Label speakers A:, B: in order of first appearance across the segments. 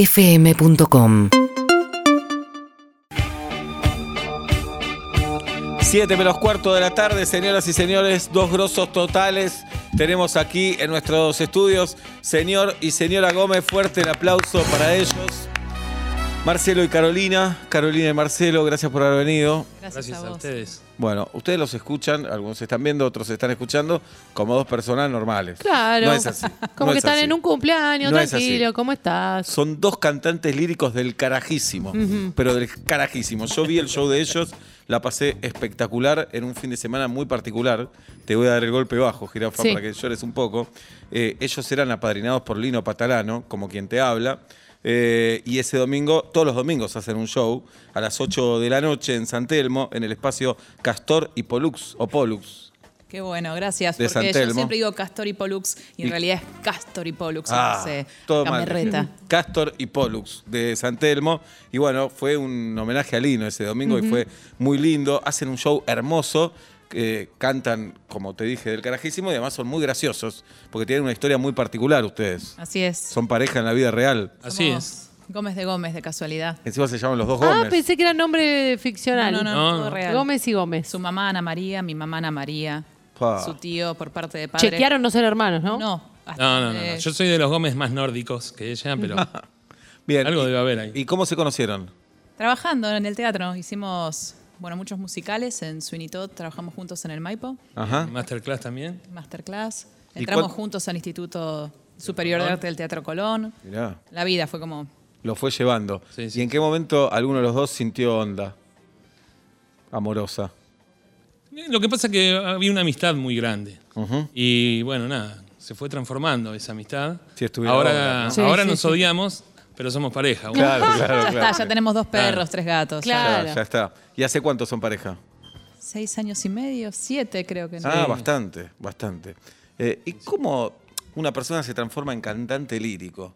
A: urbanaplayfm.com
B: 7 menos cuarto de la tarde, señoras y señores, dos grosos totales. Tenemos aquí en nuestros estudios, señor y señora Gómez, fuerte el aplauso para ellos. Marcelo y Carolina, Carolina y Marcelo, gracias por haber venido.
C: Gracias, a, vos.
D: ustedes.
B: Bueno, ustedes los escuchan, algunos están viendo, otros están escuchando, como dos personas normales.
C: Claro.
B: No es así.
C: Como
B: no
C: que
B: es
C: están
B: así.
C: en un cumpleaños,
B: No es
C: tranquilo,
B: así.
C: ¿cómo estás?
B: Son dos cantantes líricos del carajísimo, pero del carajísimo. Yo vi el show de ellos, la pasé espectacular en un fin de semana muy particular. Te voy a dar el golpe bajo, Girafa,
C: Sí.
B: para que llores un poco. Eh, ellos eran apadrinados por Lino Patalano, como quien te habla. Eh, y ese domingo, todos los domingos hacen un show a las 8 de la noche en San Telmo, en el espacio Castor y Polux, o Polux.
E: Qué bueno, gracias.
B: De San
E: porque
B: Telmo.
E: yo siempre digo Castor y Pollux y en
B: Y- Ah,
E: realidad es Castor y Pollux.
C: Ah,
E: no sé,
B: todo mal.
E: camerreta.
B: Castor y Pollux de San Telmo. Y bueno, fue un homenaje a Lino ese domingo y fue muy lindo. Hacen un show hermoso. eh, cantan, como te dije, del carajísimo y además son muy graciosos porque tienen una historia muy particular ustedes.
E: Así es.
B: Son pareja en la vida real.
D: Así
E: Somos
D: es.
E: Gómez de Gómez, de casualidad.
B: Encima se llaman los dos
C: Ah,
B: Gómez.
C: pensé que era nombre ficcional.
E: No, no,
D: No,
E: no, todo
D: no.
E: real.
C: Gómez y Gómez.
E: Su mamá Ana María, mi mamá Ana María.
B: Pa.
E: Su tío por parte de padre.
C: Chequearon no ser hermanos, ¿no?
E: No. hasta-
D: No, no, no, no.
E: eh,
D: Yo soy de los Gómez más nórdicos que ella, pero
B: Bien.
D: algo
B: y-
D: debe haber ahí.
B: ¿Y cómo se conocieron?
E: Trabajando en el teatro, hicimos bueno muchos musicales en Suinitot, trabajamos juntos en el Maipo,
B: Ajá.
D: Masterclass también.
E: Masterclass.
B: ¿Y
E: Entramos
B: cuán-
E: juntos al Instituto Superior de Arte del Teatro Colón.
B: Mirá.
E: La vida fue como
B: Lo fue llevando.
D: Sí, sí.
B: ¿Y en qué momento alguno de los dos sintió onda? Amorosa.
D: Eh, Lo que pasa es que había una amistad muy grande.
B: Ujú.
D: Y bueno, nada, se fue transformando esa amistad.
B: Si estuviera
D: ahora
B: ahora, ¿no?
C: Sí,
D: ahora
C: sí,
D: nos
C: sí.
D: odiamos, pero somos pareja. Bueno,
B: Claro, claro,
E: Ya
B: Ah, claro.
E: está, ya tenemos dos perros,
D: Claro.
E: tres gatos.
C: Claro.
B: Ya, ya está. ¿Y hace cuánto son pareja?
E: Seis años y medio, siete creo que no.
B: Ah, bastante, bastante. Eh, ¿Y cómo una persona se transforma en cantante lírico?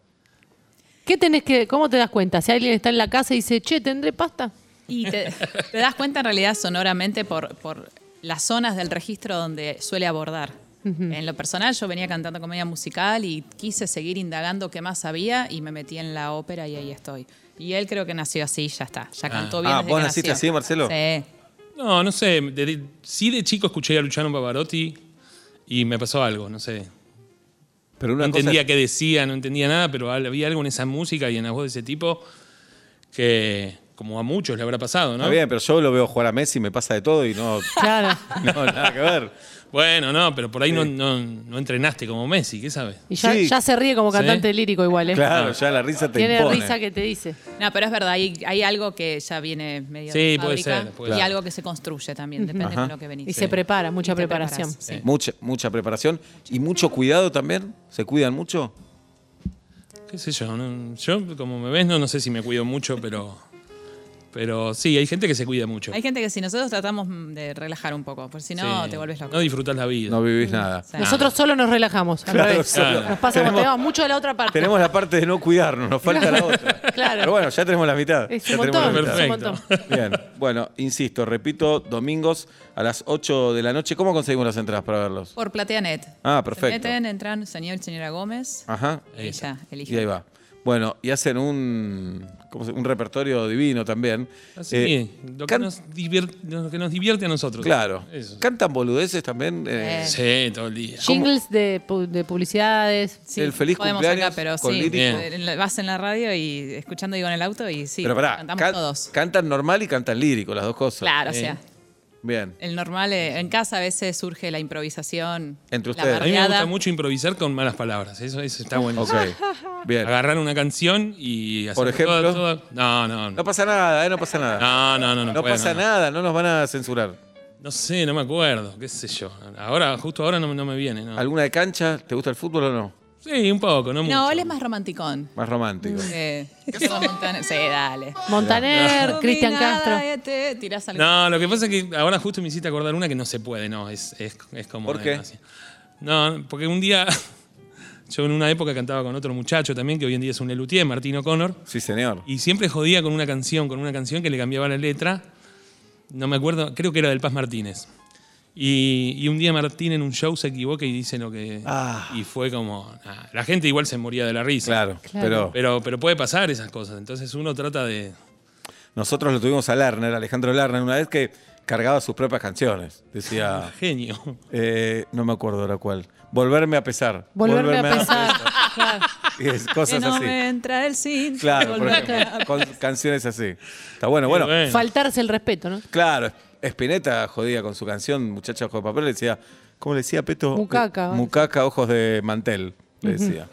C: ¿Qué tenés que, cómo te das cuenta? Si alguien está en la casa y dice, che, ¿tendré pasta?
E: Y te, te das cuenta en realidad sonoramente por, por las zonas del registro donde suele abordar. En lo personal yo venía cantando comedia musical y quise seguir indagando qué más había y me metí en la ópera y ahí estoy. Y él creo que nació así, ya está. Ya cantó bien.
B: Ah,
E: desde
B: ¿vos
E: que
B: naciste
E: nació.
B: así, Marcelo?
E: Sí.
D: No, no sé. de- sí de chico escuché a Luciano Pavarotti y me pasó algo, no sé.
B: Pero
D: No
B: una cosa
D: entendía
B: es-
D: qué decía, no entendía nada, pero al- había algo en esa música y en la voz de ese tipo que, como a muchos le habrá pasado, ¿no?
B: Está bien, pero yo lo veo jugar a Messi, me pasa de todo y no,
C: Claro.
B: no nada que ver.
D: Bueno, no, pero por ahí no, no- no entrenaste como Messi, ¿qué sabes?
C: Y ya,
B: Sí.
C: ya se ríe como
D: Sí.
C: cantante lírico igual, ¿eh?
B: Claro, ya la risa te
C: Tiene
B: impone.
C: risa que te dice.
E: No, pero es verdad, hay, hay algo que ya viene medio
D: Sí,
E: de
D: puede
E: fábrica
D: ser, puede
E: y
D: ser.
E: algo que se construye también, depende
B: Ajá.
E: de lo que venís.
C: Y se prepara, mucha
E: Y te
C: preparación.
E: preparás, sí.
B: Mucha, mucha preparación y mucho cuidado también. ¿Se cuidan mucho?
D: ¿Qué sé yo? no- yo, como me ves, no, no sé si me cuido mucho, pero. Pero sí, hay gente que se cuida mucho.
E: Hay gente que si nosotros tratamos mm, de relajar un poco, porque si no
D: Sí.
E: te vuelves loco.
D: No disfrutas la vida.
B: No eh, vivís nada.
E: Sí.
C: Nosotros solo nos relajamos. al
B: Claro,
C: revés.
B: solo.
C: Nos pasa
B: Tenemos-
C: cuando tenemos mucho de la otra parte.
B: Tenemos la parte de no cuidarnos, nos falta la otra.
C: Claro.
B: Pero bueno, ya tenemos la mitad.
C: Es
B: Ya
C: un
B: tenemos la
C: montón,
B: mitad.
C: es un
D: Perfecto.
C: montón.
B: Bien, bueno, insisto, repito, domingos a las 8 de la noche. ¿Cómo conseguimos las entradas para verlos?
E: Por Plateanet.
B: Ah, perfecto. Ah,
E: Se meten, entran señor y señora Gómez.
B: Ajá.
E: y ya,
B: Y
E: eligen.
B: ahí va. Bueno, y hacen un, ¿cómo se- un repertorio divino también.
D: Así
B: Eh,
D: que, Ah, lo, que
B: can-
D: nos divierte, lo que nos divierte a nosotros.
B: Claro.
D: Eso.
B: Cantan boludeces también. eh,
D: Sí, todo el día.
C: Jingles de, pu- de publicidades.
E: Sí,
B: el feliz
E: podemos
B: cumpleaños
E: acá, pero
B: con
E: sí.
B: lírico.
D: Bien.
E: en la- Vas en la radio y escuchando digo en el auto y sí,
B: Pero pará,
E: cantamos
B: can-
E: todos.
B: cantan normal y cantan lírico, las dos cosas.
E: Claro, o sea,
B: Bien.
E: el normal, eh, en casa a veces surge la improvisación.
B: Entre
E: la
B: ustedes.
D: A mí me gusta
E: bardeada.
D: mucho improvisar con malas palabras. Eso, eso está bueno.
B: Ok. Bien.
D: Agarrar una canción y hacer
B: Por ejemplo.
D: toda- toda- No, no,
B: No
D: no.
B: pasa nada, eh, no pasa nada.
D: No, no, no. No,
B: No
D: puedo,
B: pasa
D: no.
B: nada, no nos van a censurar.
D: No sé, no me acuerdo, qué sé yo. Ahora, justo ahora no, no me viene. no.
B: ¿Alguna de cancha? ¿Te gusta el fútbol o no?
D: Sí, un poco, no mucho.
E: No, él es más romanticón.
B: Más romántico.
E: Eh, Soda Montana- sí, dale.
C: Montaner, Cristian
E: Dominada
C: Castro.
E: de te- tirás algo.
D: No, lo que pasa es que ahora justo me hiciste acordar una que no se puede, no, es, es, es como...
B: ¿Por qué?
D: demasiado. No, porque un día, yo en una época cantaba con otro muchacho también, que hoy en día es un lelutier, Martino Connor,
B: Sí, señor.
D: y siempre jodía con una canción, con una canción que le cambiaba la letra, no me acuerdo, creo que era del Paz Martínez. Y, y un día Martín en un show se equivoca y dice lo que.
B: Ah.
D: Y fue como. nah, la gente igual se moría de la risa.
B: Claro,
C: Claro.
B: pero
D: Pero, pero puede pasar esas cosas. Entonces uno trata de.
B: nosotros lo tuvimos a Lerner, Alejandro Lerner, una vez que cargaba sus propias canciones. Decía,
D: Genio.
B: eh, no me acuerdo ahora cuál, volverme a pesar.
C: Volverme, a pesar. Claro.
B: Y es-
E: Que
B: cosas
E: no
B: así.
E: me entra el cinto.
B: Claro, por
E: volver
B: ejemplo,
E: a-
B: con canciones así. Está bueno, bueno.
D: Bueno.
C: Faltarse el respeto, ¿no?
B: Claro, Espineta jodía con su canción Muchacha Ojos de Papel, le decía, ¿cómo le decía Peto?
C: Mucaca.
B: Mucaca, Ojos de Mantel, le decía.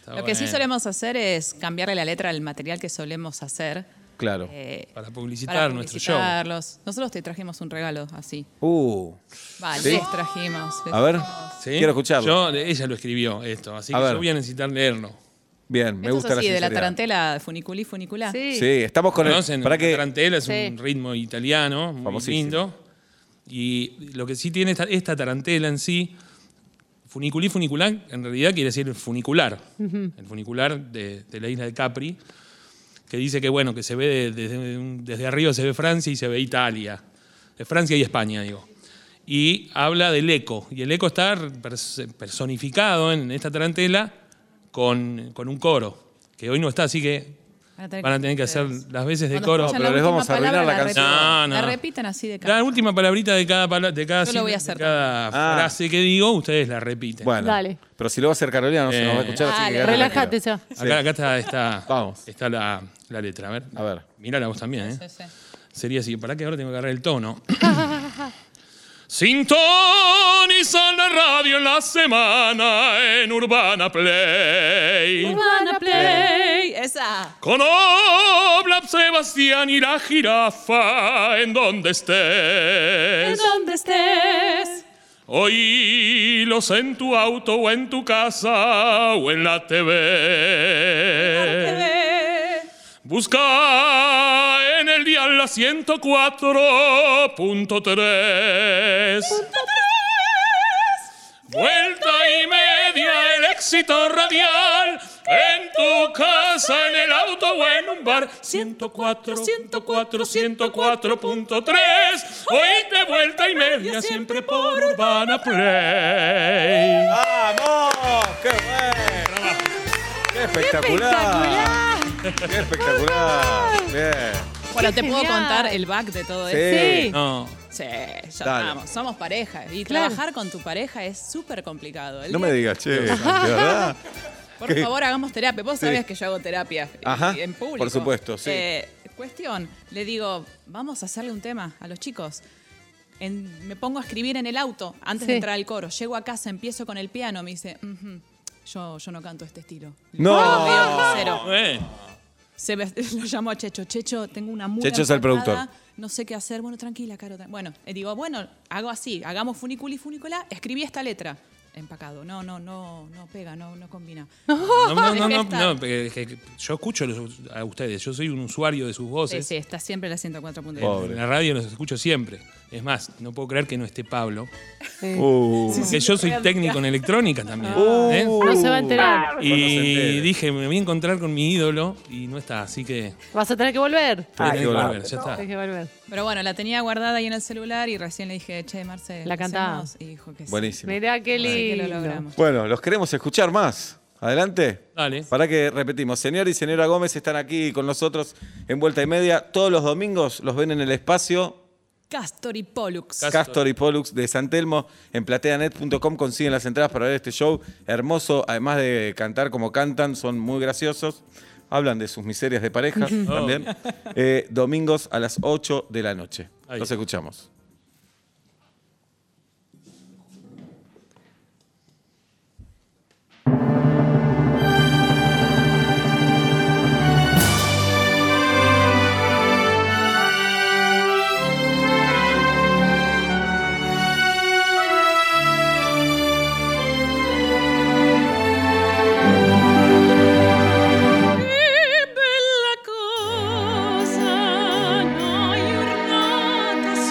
D: Está
E: Lo que sí
D: bueno.
E: solemos hacer es cambiarle la letra al material que solemos hacer.
B: Claro.
E: eh,
D: Para publicitar
E: para
D: nuestro show.
E: publicitarlos. Nosotros te trajimos un regalo así.
B: Uh,
E: Vale,
B: ¿Sí?
E: les trajimos. les
B: a ver,
E: trajimos.
D: ¿Sí?
B: quiero escucharlo.
D: Yo, ella lo escribió esto, así
B: A
D: que
B: ver.
D: yo voy a necesitar leerlo.
B: Bien, me
E: Esto es
B: gusta la
E: así, de la
B: sinceridad.
E: tarantela, funiculí, funiculá.
B: Sí, estamos con el...
D: ¿Conocen?
B: Para que,
D: Tarantela es
C: Sí.
D: un ritmo italiano muy
B: Famosísimo.
D: lindo. Y lo que sí tiene esta, esta tarantela en sí, funiculí, funiculán, en realidad quiere decir el funicular. El funicular de, de la isla de Capri, que dice que bueno, que se ve de- desde, un- desde arriba se ve Francia y se ve Italia. De Francia y España, digo. Y habla del eco. Y el eco está pers- personificado en esta tarantela con, con un coro, que hoy no está, así que
E: Van a tener
D: van a tener que hacer
E: ustedes.
D: las veces de
E: Cuando
D: coro.
E: escuchan
B: pero
E: la
B: les
E: última
B: vamos a arruinar
E: palabra,
B: la canción.
E: repitan.
D: No, no.
E: La repitan así de cara.
D: La última palabrita de cada, pala- de cada,
E: Yo lo voy a
D: síl- de
E: hacer
D: cada
B: también. Ah.
D: frase que digo, ustedes la repiten.
B: Bueno,
C: Dale.
B: pero si lo va a hacer Carolina no se nos va a escuchar, así
E: Eh, Dale.
B: que...
C: Relájate, Seba.
D: Acá, acá está, está,
B: Vamos.
D: está la, la letra. A ver.
B: A ver.
D: Mirá la voz también, ¿eh?
E: Sí, sí.
D: Sería así, para que ahora tengo que agarrar el tono. Sintoniza la radio en la semana en Urbana Play.
E: Urbana Play. Esa.
D: Con Oblap Sebastián y la jirafa en donde estés.
E: ¿Dónde estés?
D: Oílos en tu auto o en tu casa o en la TV. Busca en el dial la 104.3. Vuelta y media el éxito radial en tu casa, en el auto o en un bar. 104, 104, 104.3. Oíte vuelta y media siempre por Urbana Play.
B: ¡Vamos! ¡Qué bueno! ¡Qué espectacular! ¡Qué espectacular! Bien.
E: Bueno, te puedo
C: genial.
E: contar el back de todo esto.
B: Sí.
C: Sí.
D: No,
E: Sí, ya
B: Dale.
E: vamos, somos pareja. Y
C: Claro.
E: trabajar con tu pareja es súper complicado. El
B: No
E: día-
B: me digas, che, ¿de verdad?
E: Por
B: que-
E: favor, hagamos terapia. Vos
B: Sí.
E: sabés que yo hago terapia y-
B: Ajá,
E: y en público.
B: por supuesto, sí.
E: Eh, cuestión, le digo, vamos a hacerle un tema a los chicos. En- me pongo a escribir en el auto antes de
C: Sí.
E: entrar al coro. Llego a casa, empiezo con el piano, me dice, "Ujú, yo, yo no canto este estilo.
B: ¡No!
E: Veo cero.
D: eh.
E: Se me- lo llamo a Checho. Checho, tengo una mula.
B: Checho es el
E: empatada,
B: productor.
E: No sé qué hacer. Bueno, tranquila, Caro. tra- Bueno, eh, digo, bueno, hago así. Hagamos funiculi, funicola. Escribí esta letra. Empacado. No, no, no, no pega, no, no combina.
D: No, no, no,
E: Dejé
D: no,
E: estar.
D: no, que- que- que yo escucho los- a ustedes, yo soy un usuario de sus
E: Sí,
D: voces.
E: sí, está siempre la 104.1.
B: Oh. Pobre.
D: En la radio los escucho siempre. Es más, no puedo creer que no esté Pablo.
E: Eh.
B: Uh.
D: que yo soy técnico en electrónica también. ¿eh?
C: No
B: Uh.
C: se va a
B: Ah.
C: enterar.
B: Cuando se entere.
D: Y dije, me voy a encontrar con mi ídolo y no está, así que
C: Vas a tener que volver.
D: pero
B: Ay,
D: tengo que
B: no.
D: volver, ya está.
C: Tenés que volver.
E: Pero bueno, la tenía guardada ahí en el celular y recién le dije, che, Marce,
C: La cantaba.
E: hacemos? Y dijo que sí.
B: Buenísimo.
C: Mirá qué
E: Así que
C: lindo.
E: lo logramos.
B: Bueno, los queremos escuchar más. Adelante.
D: Dale.
B: Para que repetimos, señor y señora Gómez están aquí con nosotros en Vuelta y Media. Todos los domingos los ven en el espacio
E: Castor y Pollux.
D: Castor.
B: Castor y Pollux de San Telmo. En plateanet.com consiguen las entradas para ver este show hermoso. Además de cantar como cantan, son muy graciosos. Hablan de sus miserias de pareja
D: Oh.
B: también. Eh, domingos a las 8 de la noche.
D: Ahí.
B: Los escuchamos.
E: Che bella cosa, noi ornata son.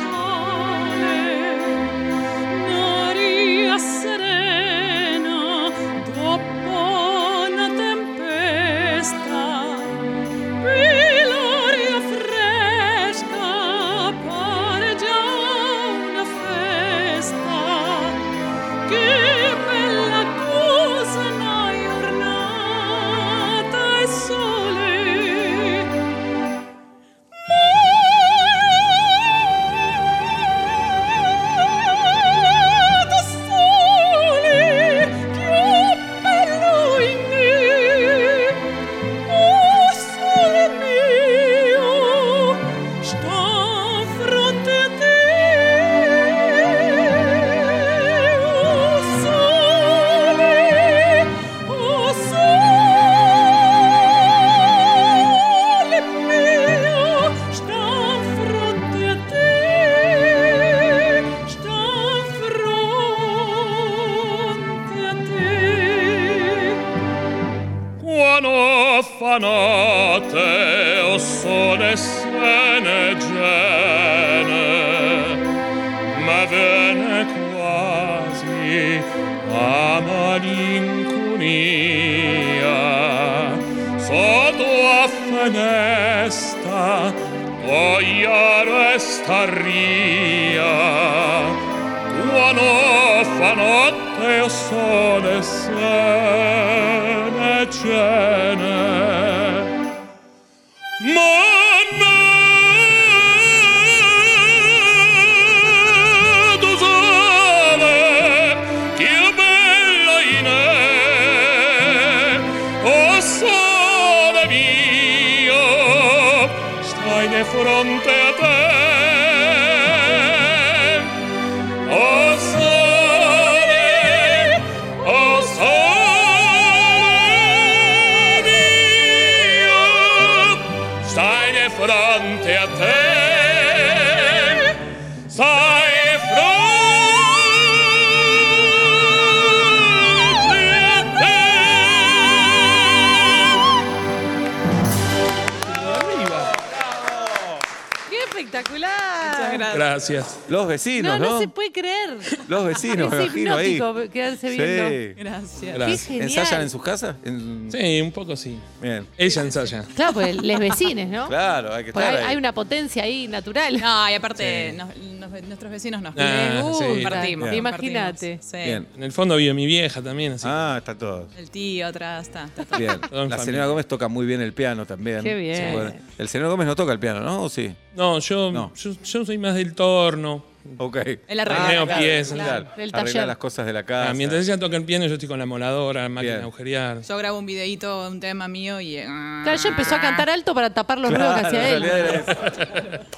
A: affamate o sole sene gene ma viene quasi a malinconia sotto a finestra voglia restaria tua noffa notte o sole sene cene ma non dosare che bella in e o sole mio stai di fronte a te O sole, o sole mio, stai di fronte a te, stai di fronte a te.
C: ¡Qué espectacular!
D: Gracias.
B: Los
C: no,
B: vecinos,
C: no,
B: ¿no?
C: se puede creer.
B: Los vecinos, me
C: es
B: imagino ahí.
C: hipnótico quedarse viendo.
B: Sí.
E: Gracias.
C: Qué
D: Gracias.
C: genial.
B: ¿Ensayan en sus casas? En-
D: Sí, un poco sí.
B: Bien.
D: Ella ensaya.
C: Claro, pues les vecines, ¿no?
B: Claro, hay que
C: Porque
B: estar
C: hay,
B: ahí.
C: hay una potencia ahí natural.
E: No, y aparte, nos- nos- nuestros vecinos nos
D: Ah,
E: quieren.
D: sí.
E: Partimos.
B: Bien.
C: Imagínate.
E: Sí.
B: Bien.
D: En el fondo vive mi vieja también, así.
B: Ah, está todo.
E: El tío atrás, está. está todo.
B: Bien.
D: Todo en
B: La
D: familia.
B: señora Gómez toca muy bien el piano también.
C: Qué bien.
B: Se puede- El señor Gómez no toca el piano, ¿no? ¿O sí?
D: No, yo,
B: No.
D: Yo, yo soy más del torno.
B: Ok. Ah,
E: Él arregla.
D: Arreglo piezas.
B: Claro.
C: Del
B: Arreglar
C: taller.
B: las cosas de la
D: Ah,
B: casa.
D: mientras ella toca el piano, yo estoy con la moladora, la máquina
B: Bien.
D: de agujerear.
E: Yo grabo un videíto, un tema mío y. eh,
C: Claro, ella empezó a cantar alto para tapar los
B: Claro,
C: ruidos que
B: en
C: hacía él.
B: realidad era eso.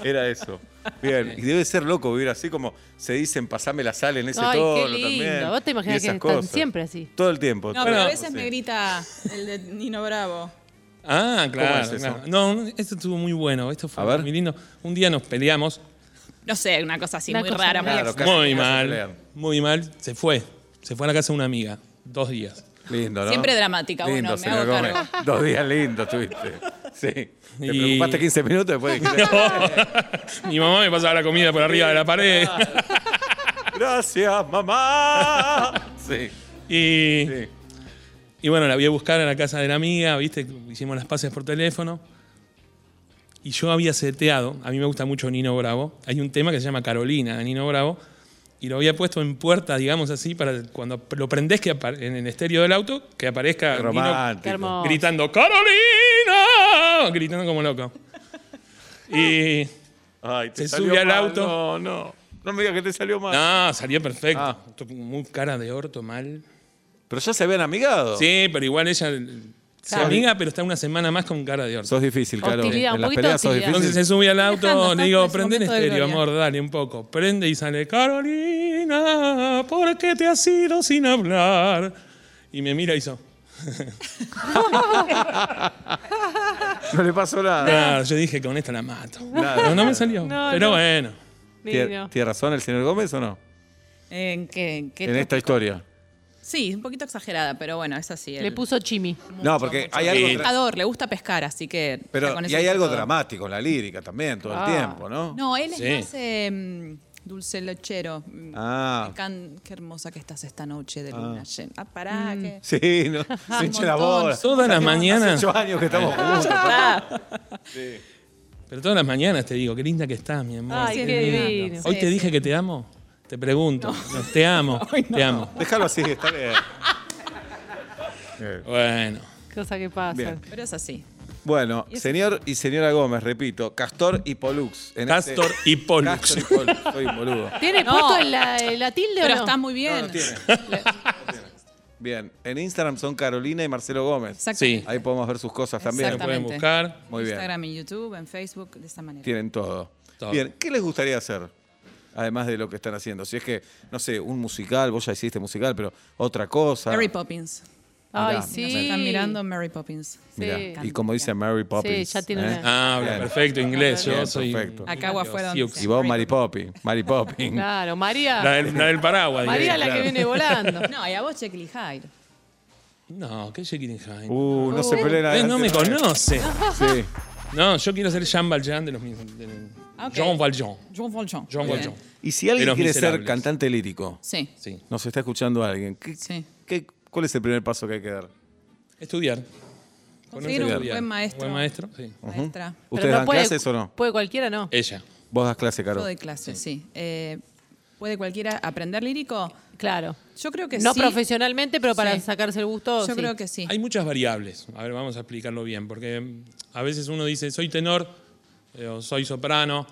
B: Era eso. Bien, y debe ser loco vivir así como se dicen, pasame la sal en ese
C: Ay, qué
B: tono
C: lindo.
B: también.
C: Vos te imaginás
B: Y esas
C: que están siempre así.
B: Todo el tiempo.
E: No,
B: todo
E: pero a
B: el
E: veces
B: tiempo,
E: me
B: sí.
E: grita el de Nino Bravo.
D: Ah, claro.
B: es eso?
D: claro. No, esto estuvo muy bueno. Esto
B: A
D: fue
B: ver.
D: muy lindo. Un día nos peleamos
E: No sé, una cosa así
C: Una
E: muy
C: cosa
E: rara, muy
C: rara.
B: Claro,
E: extraña.
B: casi-
D: muy
B: casi
D: mal.
B: pelean.
D: Muy mal. Se fue. Se fue a la casa de una amiga. Dos días.
B: Lindo, ¿no?
E: Siempre dramática, bueno,
B: Lindo,
E: me
B: señora
E: hago
B: Gómez.
E: cargo.
B: Dos días lindos tuviste. Sí. Te
D: Y-
B: preocupaste 15 minutos después de
D: Mi mamá me pasaba la comida por arriba de la pared.
B: Gracias, mamá. Sí,
D: Y,
B: sí.
D: y bueno, la voy a buscar a la casa de la amiga, ¿viste? Hicimos las pases por teléfono. Y yo había seteado, a mí me gusta mucho Nino Bravo. Hay un tema que se llama Carolina, de Nino Bravo. Y lo había puesto en puerta, digamos así, para cuando lo prendés que apar- en el estéreo del auto, que aparezca Nino
C: Qué
B: Romántico.
C: hermoso.
D: gritando ¡Carolina! Gritando como loco. Y.
B: Ay, te
D: Se
B: salió
D: sube al
B: mal.
D: auto.
B: No, no. No me digas que te salió mal.
D: No, salió perfecto.
B: Ah.
D: Muy cara de orto, mal.
B: Pero ya se habían amigado.
D: Sí, pero igual ella se
C: Claro.
D: amiga, pero está una semana más con cara de orto.
B: Sos difícil, Caro.
C: Hostilidad,
B: en
C: un
B: las
C: poquito
B: peleas sos
C: hostilidad.
B: difícil.
D: Entonces se sube al
E: Alejandro,
D: auto, le
E: está en
D: digo,
E: ese
D: prende el
E: momento de
D: estéreo,
E: gloria".
D: amor, dale un poco. Prende y sale, Carolina, ¿por qué te has ido sin hablar? Y me mira y hizo.
B: No le pasó nada.
D: "Ah", yo dije, con esta la mato.
B: Nada.
D: Pero no me salió.
C: No,
D: pero
C: no.
D: bueno.
B: ¿Tiene
C: Divino.
B: tiene razón el señor Gómez o no?
E: eh, ¿En qué- en qué
B: En esta historia.
E: Sí, un poquito exagerada, pero bueno, es así.
C: Le puso chimi.
B: No, porque hay algo.
E: un
B: dra-
E: pescador, le gusta pescar, así que. está
B: Pero,
E: con
B: y
E: ese
B: hay algo
E: pescador.
B: dramático en la lírica también, todo
C: Ah.
B: el tiempo, ¿no?
E: No, él es
D: Sí.
E: más eh, dulcelochero. Mm,
B: Ah.
E: Can- qué hermosa que estás esta noche de luna llena. Ah, pará,
C: Mm.
E: que.
B: Sí, no. Se hincha la
E: montón.
B: bola.
D: Todas las mañanas.
B: Hace ocho años que estamos juntos.
D: Pero todas las mañanas te digo, qué linda que estás, mi amor.
C: Ay, qué
D: linda.
C: divino.
D: Hoy
E: Sí,
D: te
E: sí.
D: dije que te amo. Te pregunto. No, Te amo. Te amo.
B: Déjalo así, está bien. Bien.
D: Bueno.
C: Cosa que pasa.
B: Bien.
E: Pero es así.
B: Bueno, señor y señora Gómez, repito, Castor y Pollux. En este-
D: Castor y Pollux.
B: Castor y Pollux. Soy un boludo.
C: ¿Tiene
E: No.
C: puesto en la, en la tilde
E: Pero
C: o no?
E: está muy bien.
B: No, no tiene. Bien, en Instagram son Carolina y Marcelo Gómez.
E: Exacto.
D: Sí.
B: Ahí podemos ver sus cosas también.
D: Lo pueden
E: Exactamente.
D: buscar.
B: Muy bien.
E: Instagram y YouTube, en Facebook, de esta manera.
B: Tienen todo.
D: Todo.
B: Bien, ¿qué les gustaría hacer? Además de lo que están haciendo. Si es que, no sé, un musical, vos ya hiciste musical, pero otra cosa.
E: Mary Poppins.
C: Ay,
B: Mirá,
C: sí.
E: Nos están mirando Mary Poppins.
B: Mirá,
C: Sí.
B: Y como dice Mary Poppins. ¿eh?
C: Sí, ya tiene una-
D: Ah, habla
B: Bien.
D: perfecto inglés. Yo
B: Bien,
D: soy.
B: perfecto.
E: Acá agua fue donde
D: Siux.
E: sea.
B: Y vos, Mary Poppins. Mary Poppins.
C: Claro, María.
D: La del, la del paraguas.
C: María
D: digamos.
C: la que
B: claro.
C: viene volando.
E: No, y a vos, Jekyll y Hyde.
D: No, ¿qué es Jekyll y Hyde?
B: Uh, no se peleen
D: Ustedes Eh, no me
B: adelante.
D: conoce.
B: Sí.
D: No, yo quiero ser Jean Valjean de los mis- de-
E: Ah, Ok.
D: Jean Valjean.
E: John Valjean.
D: Jean
E: Bien.
D: Valjean.
B: Y si
D: De
B: alguien
D: los
B: quiere ser
D: miserables.
B: cantante lírico,
E: Sí.
D: Sí.
B: nos está escuchando alguien, ¿qué-
E: Sí.
B: qué- ¿cuál es el primer paso que hay que dar?
D: Estudiar.
E: Conseguir un
D: Estudiar.
E: buen maestro.
D: Buen maestro, sí.
E: Maestra.
B: ¿Ustedes dan clases o no? Eh.
C: Puede cualquiera, no.
D: Ella.
B: Vos das clase,
E: Yo
B: Caro.
E: doy clases, sí. Eh, ¿Puede cualquiera aprender lírico?
C: Claro.
E: Yo creo que
C: no
E: sí.
C: profesionalmente, pero para
E: Sí.
C: sacarse el gusto.
E: Yo
C: sí.
E: creo que sí.
D: Hay muchas variables. A ver, vamos a explicarlo bien, porque mm, a veces uno dice soy tenor eh, o soy soprano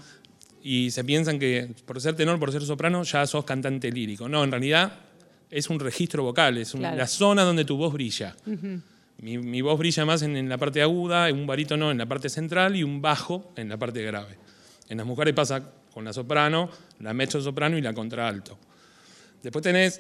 D: y se piensan que por ser tenor, por ser soprano, ya sos cantante lírico. No, en realidad es un registro vocal, es un-
C: Claro.
D: la zona donde tu voz brilla. mi, mi voz brilla más en, en la parte aguda, un barítono en la parte central y un bajo en la parte grave. En las mujeres pasa con la soprano, la mezzo soprano y la contralto. Después tenés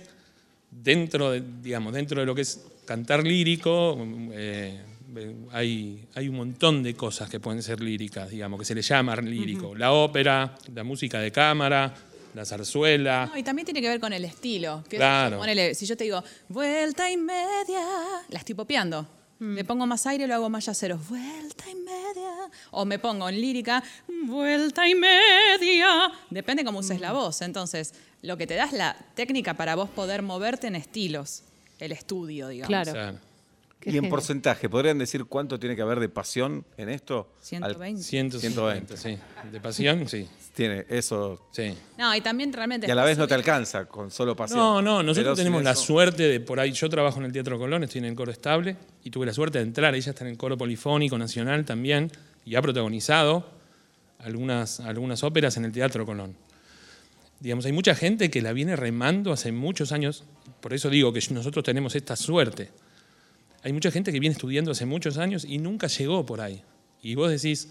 D: dentro de, digamos, dentro de lo que es cantar lírico, mm, eh, eh, hay, hay un montón de cosas que pueden ser líricas, digamos, que se le llama lírico. La ópera, la música de cámara, la zarzuela.
E: No, y también tiene que ver con el estilo. que
D: Claro.
E: ponele, si yo te digo, vuelta y media, la estoy popeando.
C: Mm.
E: Le pongo más aire, lo hago más yacero. Vuelta y media. O me pongo en lírica, vuelta y media. Depende cómo
C: Mm.
E: uses la voz. Entonces, lo que te da es la técnica para vos poder moverte en estilos. El estudio, digamos.
D: O
C: Claro.
D: sea,
C: Qué
B: Y en
C: genio.
B: porcentaje, ¿podrían decir cuánto tiene que haber de pasión en esto? Al-
E: 120.
D: 150, sí. De pasión, sí.
B: tiene eso.
D: sí.
E: No, y también realmente.
B: Y a la vez no te alcanza con solo pasión.
D: No, no, nosotros
B: Pero sin
D: tenemos la
B: eso-
D: suerte de por ahí. Yo trabajo en el Teatro Colón, estoy en el coro estable y tuve la suerte de entrar. Ella está en el coro polifónico nacional también y ha protagonizado algunas, algunas óperas en el Teatro Colón. Digamos, hay mucha gente que la viene remando hace muchos años, por eso digo que nosotros tenemos esta suerte. Hay mucha gente que viene estudiando hace muchos años y nunca llegó por ahí. Y vos decís,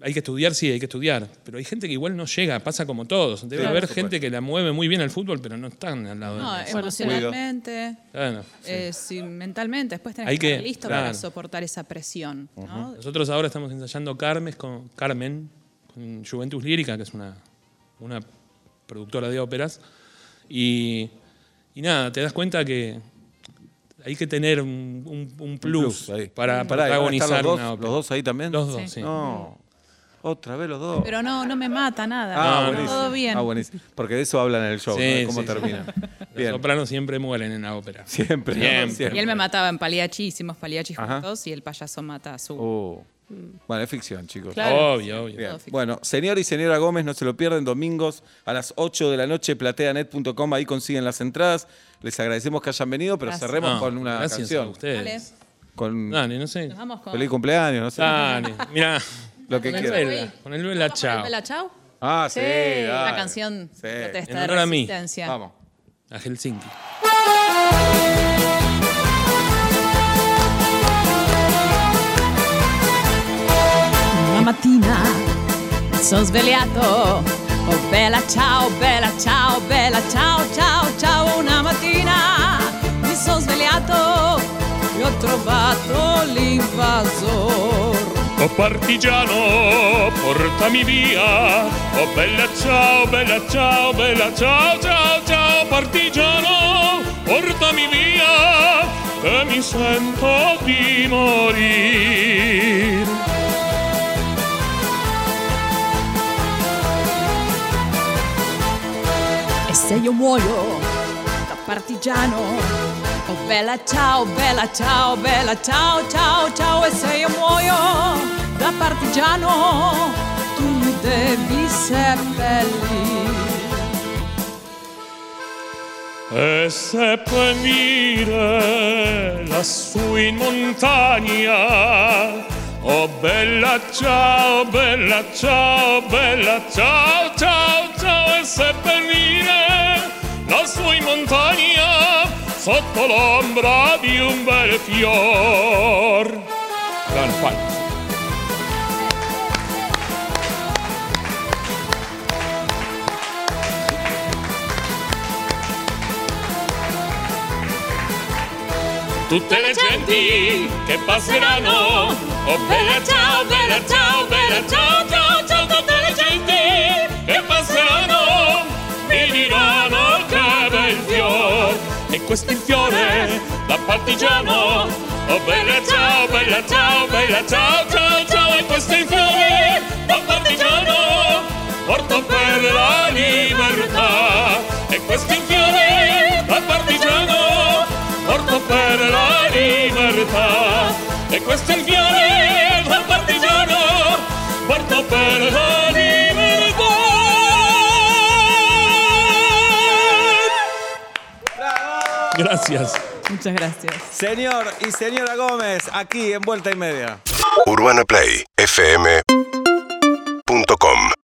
D: hay que estudiar, sí, hay que estudiar, pero hay gente que igual no llega, pasa como todos. Debe
B: Claro.
D: haber
B: Por supuesto.
D: gente que la mueve muy bien al fútbol, pero no están al lado
E: No,
D: de nosotros.
C: Bueno, sí.
E: emocionalmente.
D: Claro.
E: eh, sí, mentalmente, después tenés
D: Hay
E: que estar
D: que-
E: listo para
D: claro.
E: soportar esa presión. ¿no?
D: Nosotros ahora estamos ensayando Carmen con, Carmen, con Juventus Lírica, que es una, una productora de óperas. Y, y nada, te das cuenta que hay que tener un, un- un plus,
B: plus ahí.
D: para
B: Pará, ¿y van a estar
D: protagonizar
B: los dos,
D: una ópera.
B: ¿Los dos ahí también?
D: Los dos, sí.
B: No. Otra vez los dos.
E: Pero no, no me mata nada.
B: ah,
D: no, no.
B: buenísimo.
E: Todo bien.
B: Ah, buenísimo. Porque de eso hablan en el show,
D: Sí,
B: ¿no? de cómo
D: sí, sí.
B: termina.
D: Los
B: Bien.
D: sopranos siempre mueren en la ópera.
B: Siempre, ¿no?
D: Siempre.
E: Y él me mataba en paliachi, hicimos paliachi
B: Ajá.
E: juntos y el payaso mata a su.
B: Oh. Bueno, es ficción, chicos.
C: Claro.
D: Obvio, obvio.
B: Bien.
E: Todo ficción.
B: Bueno, señor y señora Gómez, no se lo pierden domingos a las 8 de la noche, plateanet.com, ahí consiguen las entradas. Les agradecemos que hayan venido, pero
E: Gracias.
B: cerremos
D: No,
B: con una
D: gracias a
B: canción.
E: Dale,
D: ustedes.
B: Con
D: Dale, no sé.
E: nos vamos con.
B: feliz cumpleaños, no sé.
D: Dale, mira.
B: Lo que
D: con el
B: quieras.
D: Vela, con el Vela,
E: ¿Vamos con el
D: chao.
E: Bella Chao?
B: Ah, sí. dale.
E: Una canción
B: Sí.
E: protesta
D: En
E: de
D: honor a mí.
E: resistencia.
B: Vamos.
D: A Helsinki.
E: Una mattina mi sono svegliato. Oh bella ciao, bella ciao, bella ciao, ciao, ciao. Una mattina mi sono svegliato e ho trovato l'invasor.
A: O Oh, partigiano, portami via. Oh bella ciao, bella ciao, bella ciao, ciao, ciao, partigiano, portami via, che mi sento di morire.
E: E se io muoio da partigiano Oh bella ciao, bella ciao, bella ciao, ciao, ciao E se io muoio da partigiano Tu mi devi seppellire
A: E seppellire lassù in montagna. Oh bella ciao, bella ciao, bella ciao, ciao, ciao e seppellire lassù in montagna sotto l'ombra di un bel fior. Gran falso. Tutte le genti che passeranno, oh bella ciao, bella ciao, bella ciao, ciao, ciao, tutte le genti che passeranno, mi diranno che bel fior, e
D: questa fiore da partigiano. Oh bella ciao, bella ciao, bella ciao, ciao, ciao, e questa fiore da partigiano. Porto per la libertà. E questa fiore da partigiano. Porto per la libertà. E questa fiore da partigiano. Porto per la libertà.
F: Gracias.
E: Muchas gracias.
B: Señor y señora Gómez, aquí en Vuelta y Media.
G: UrbanaPlayFM.com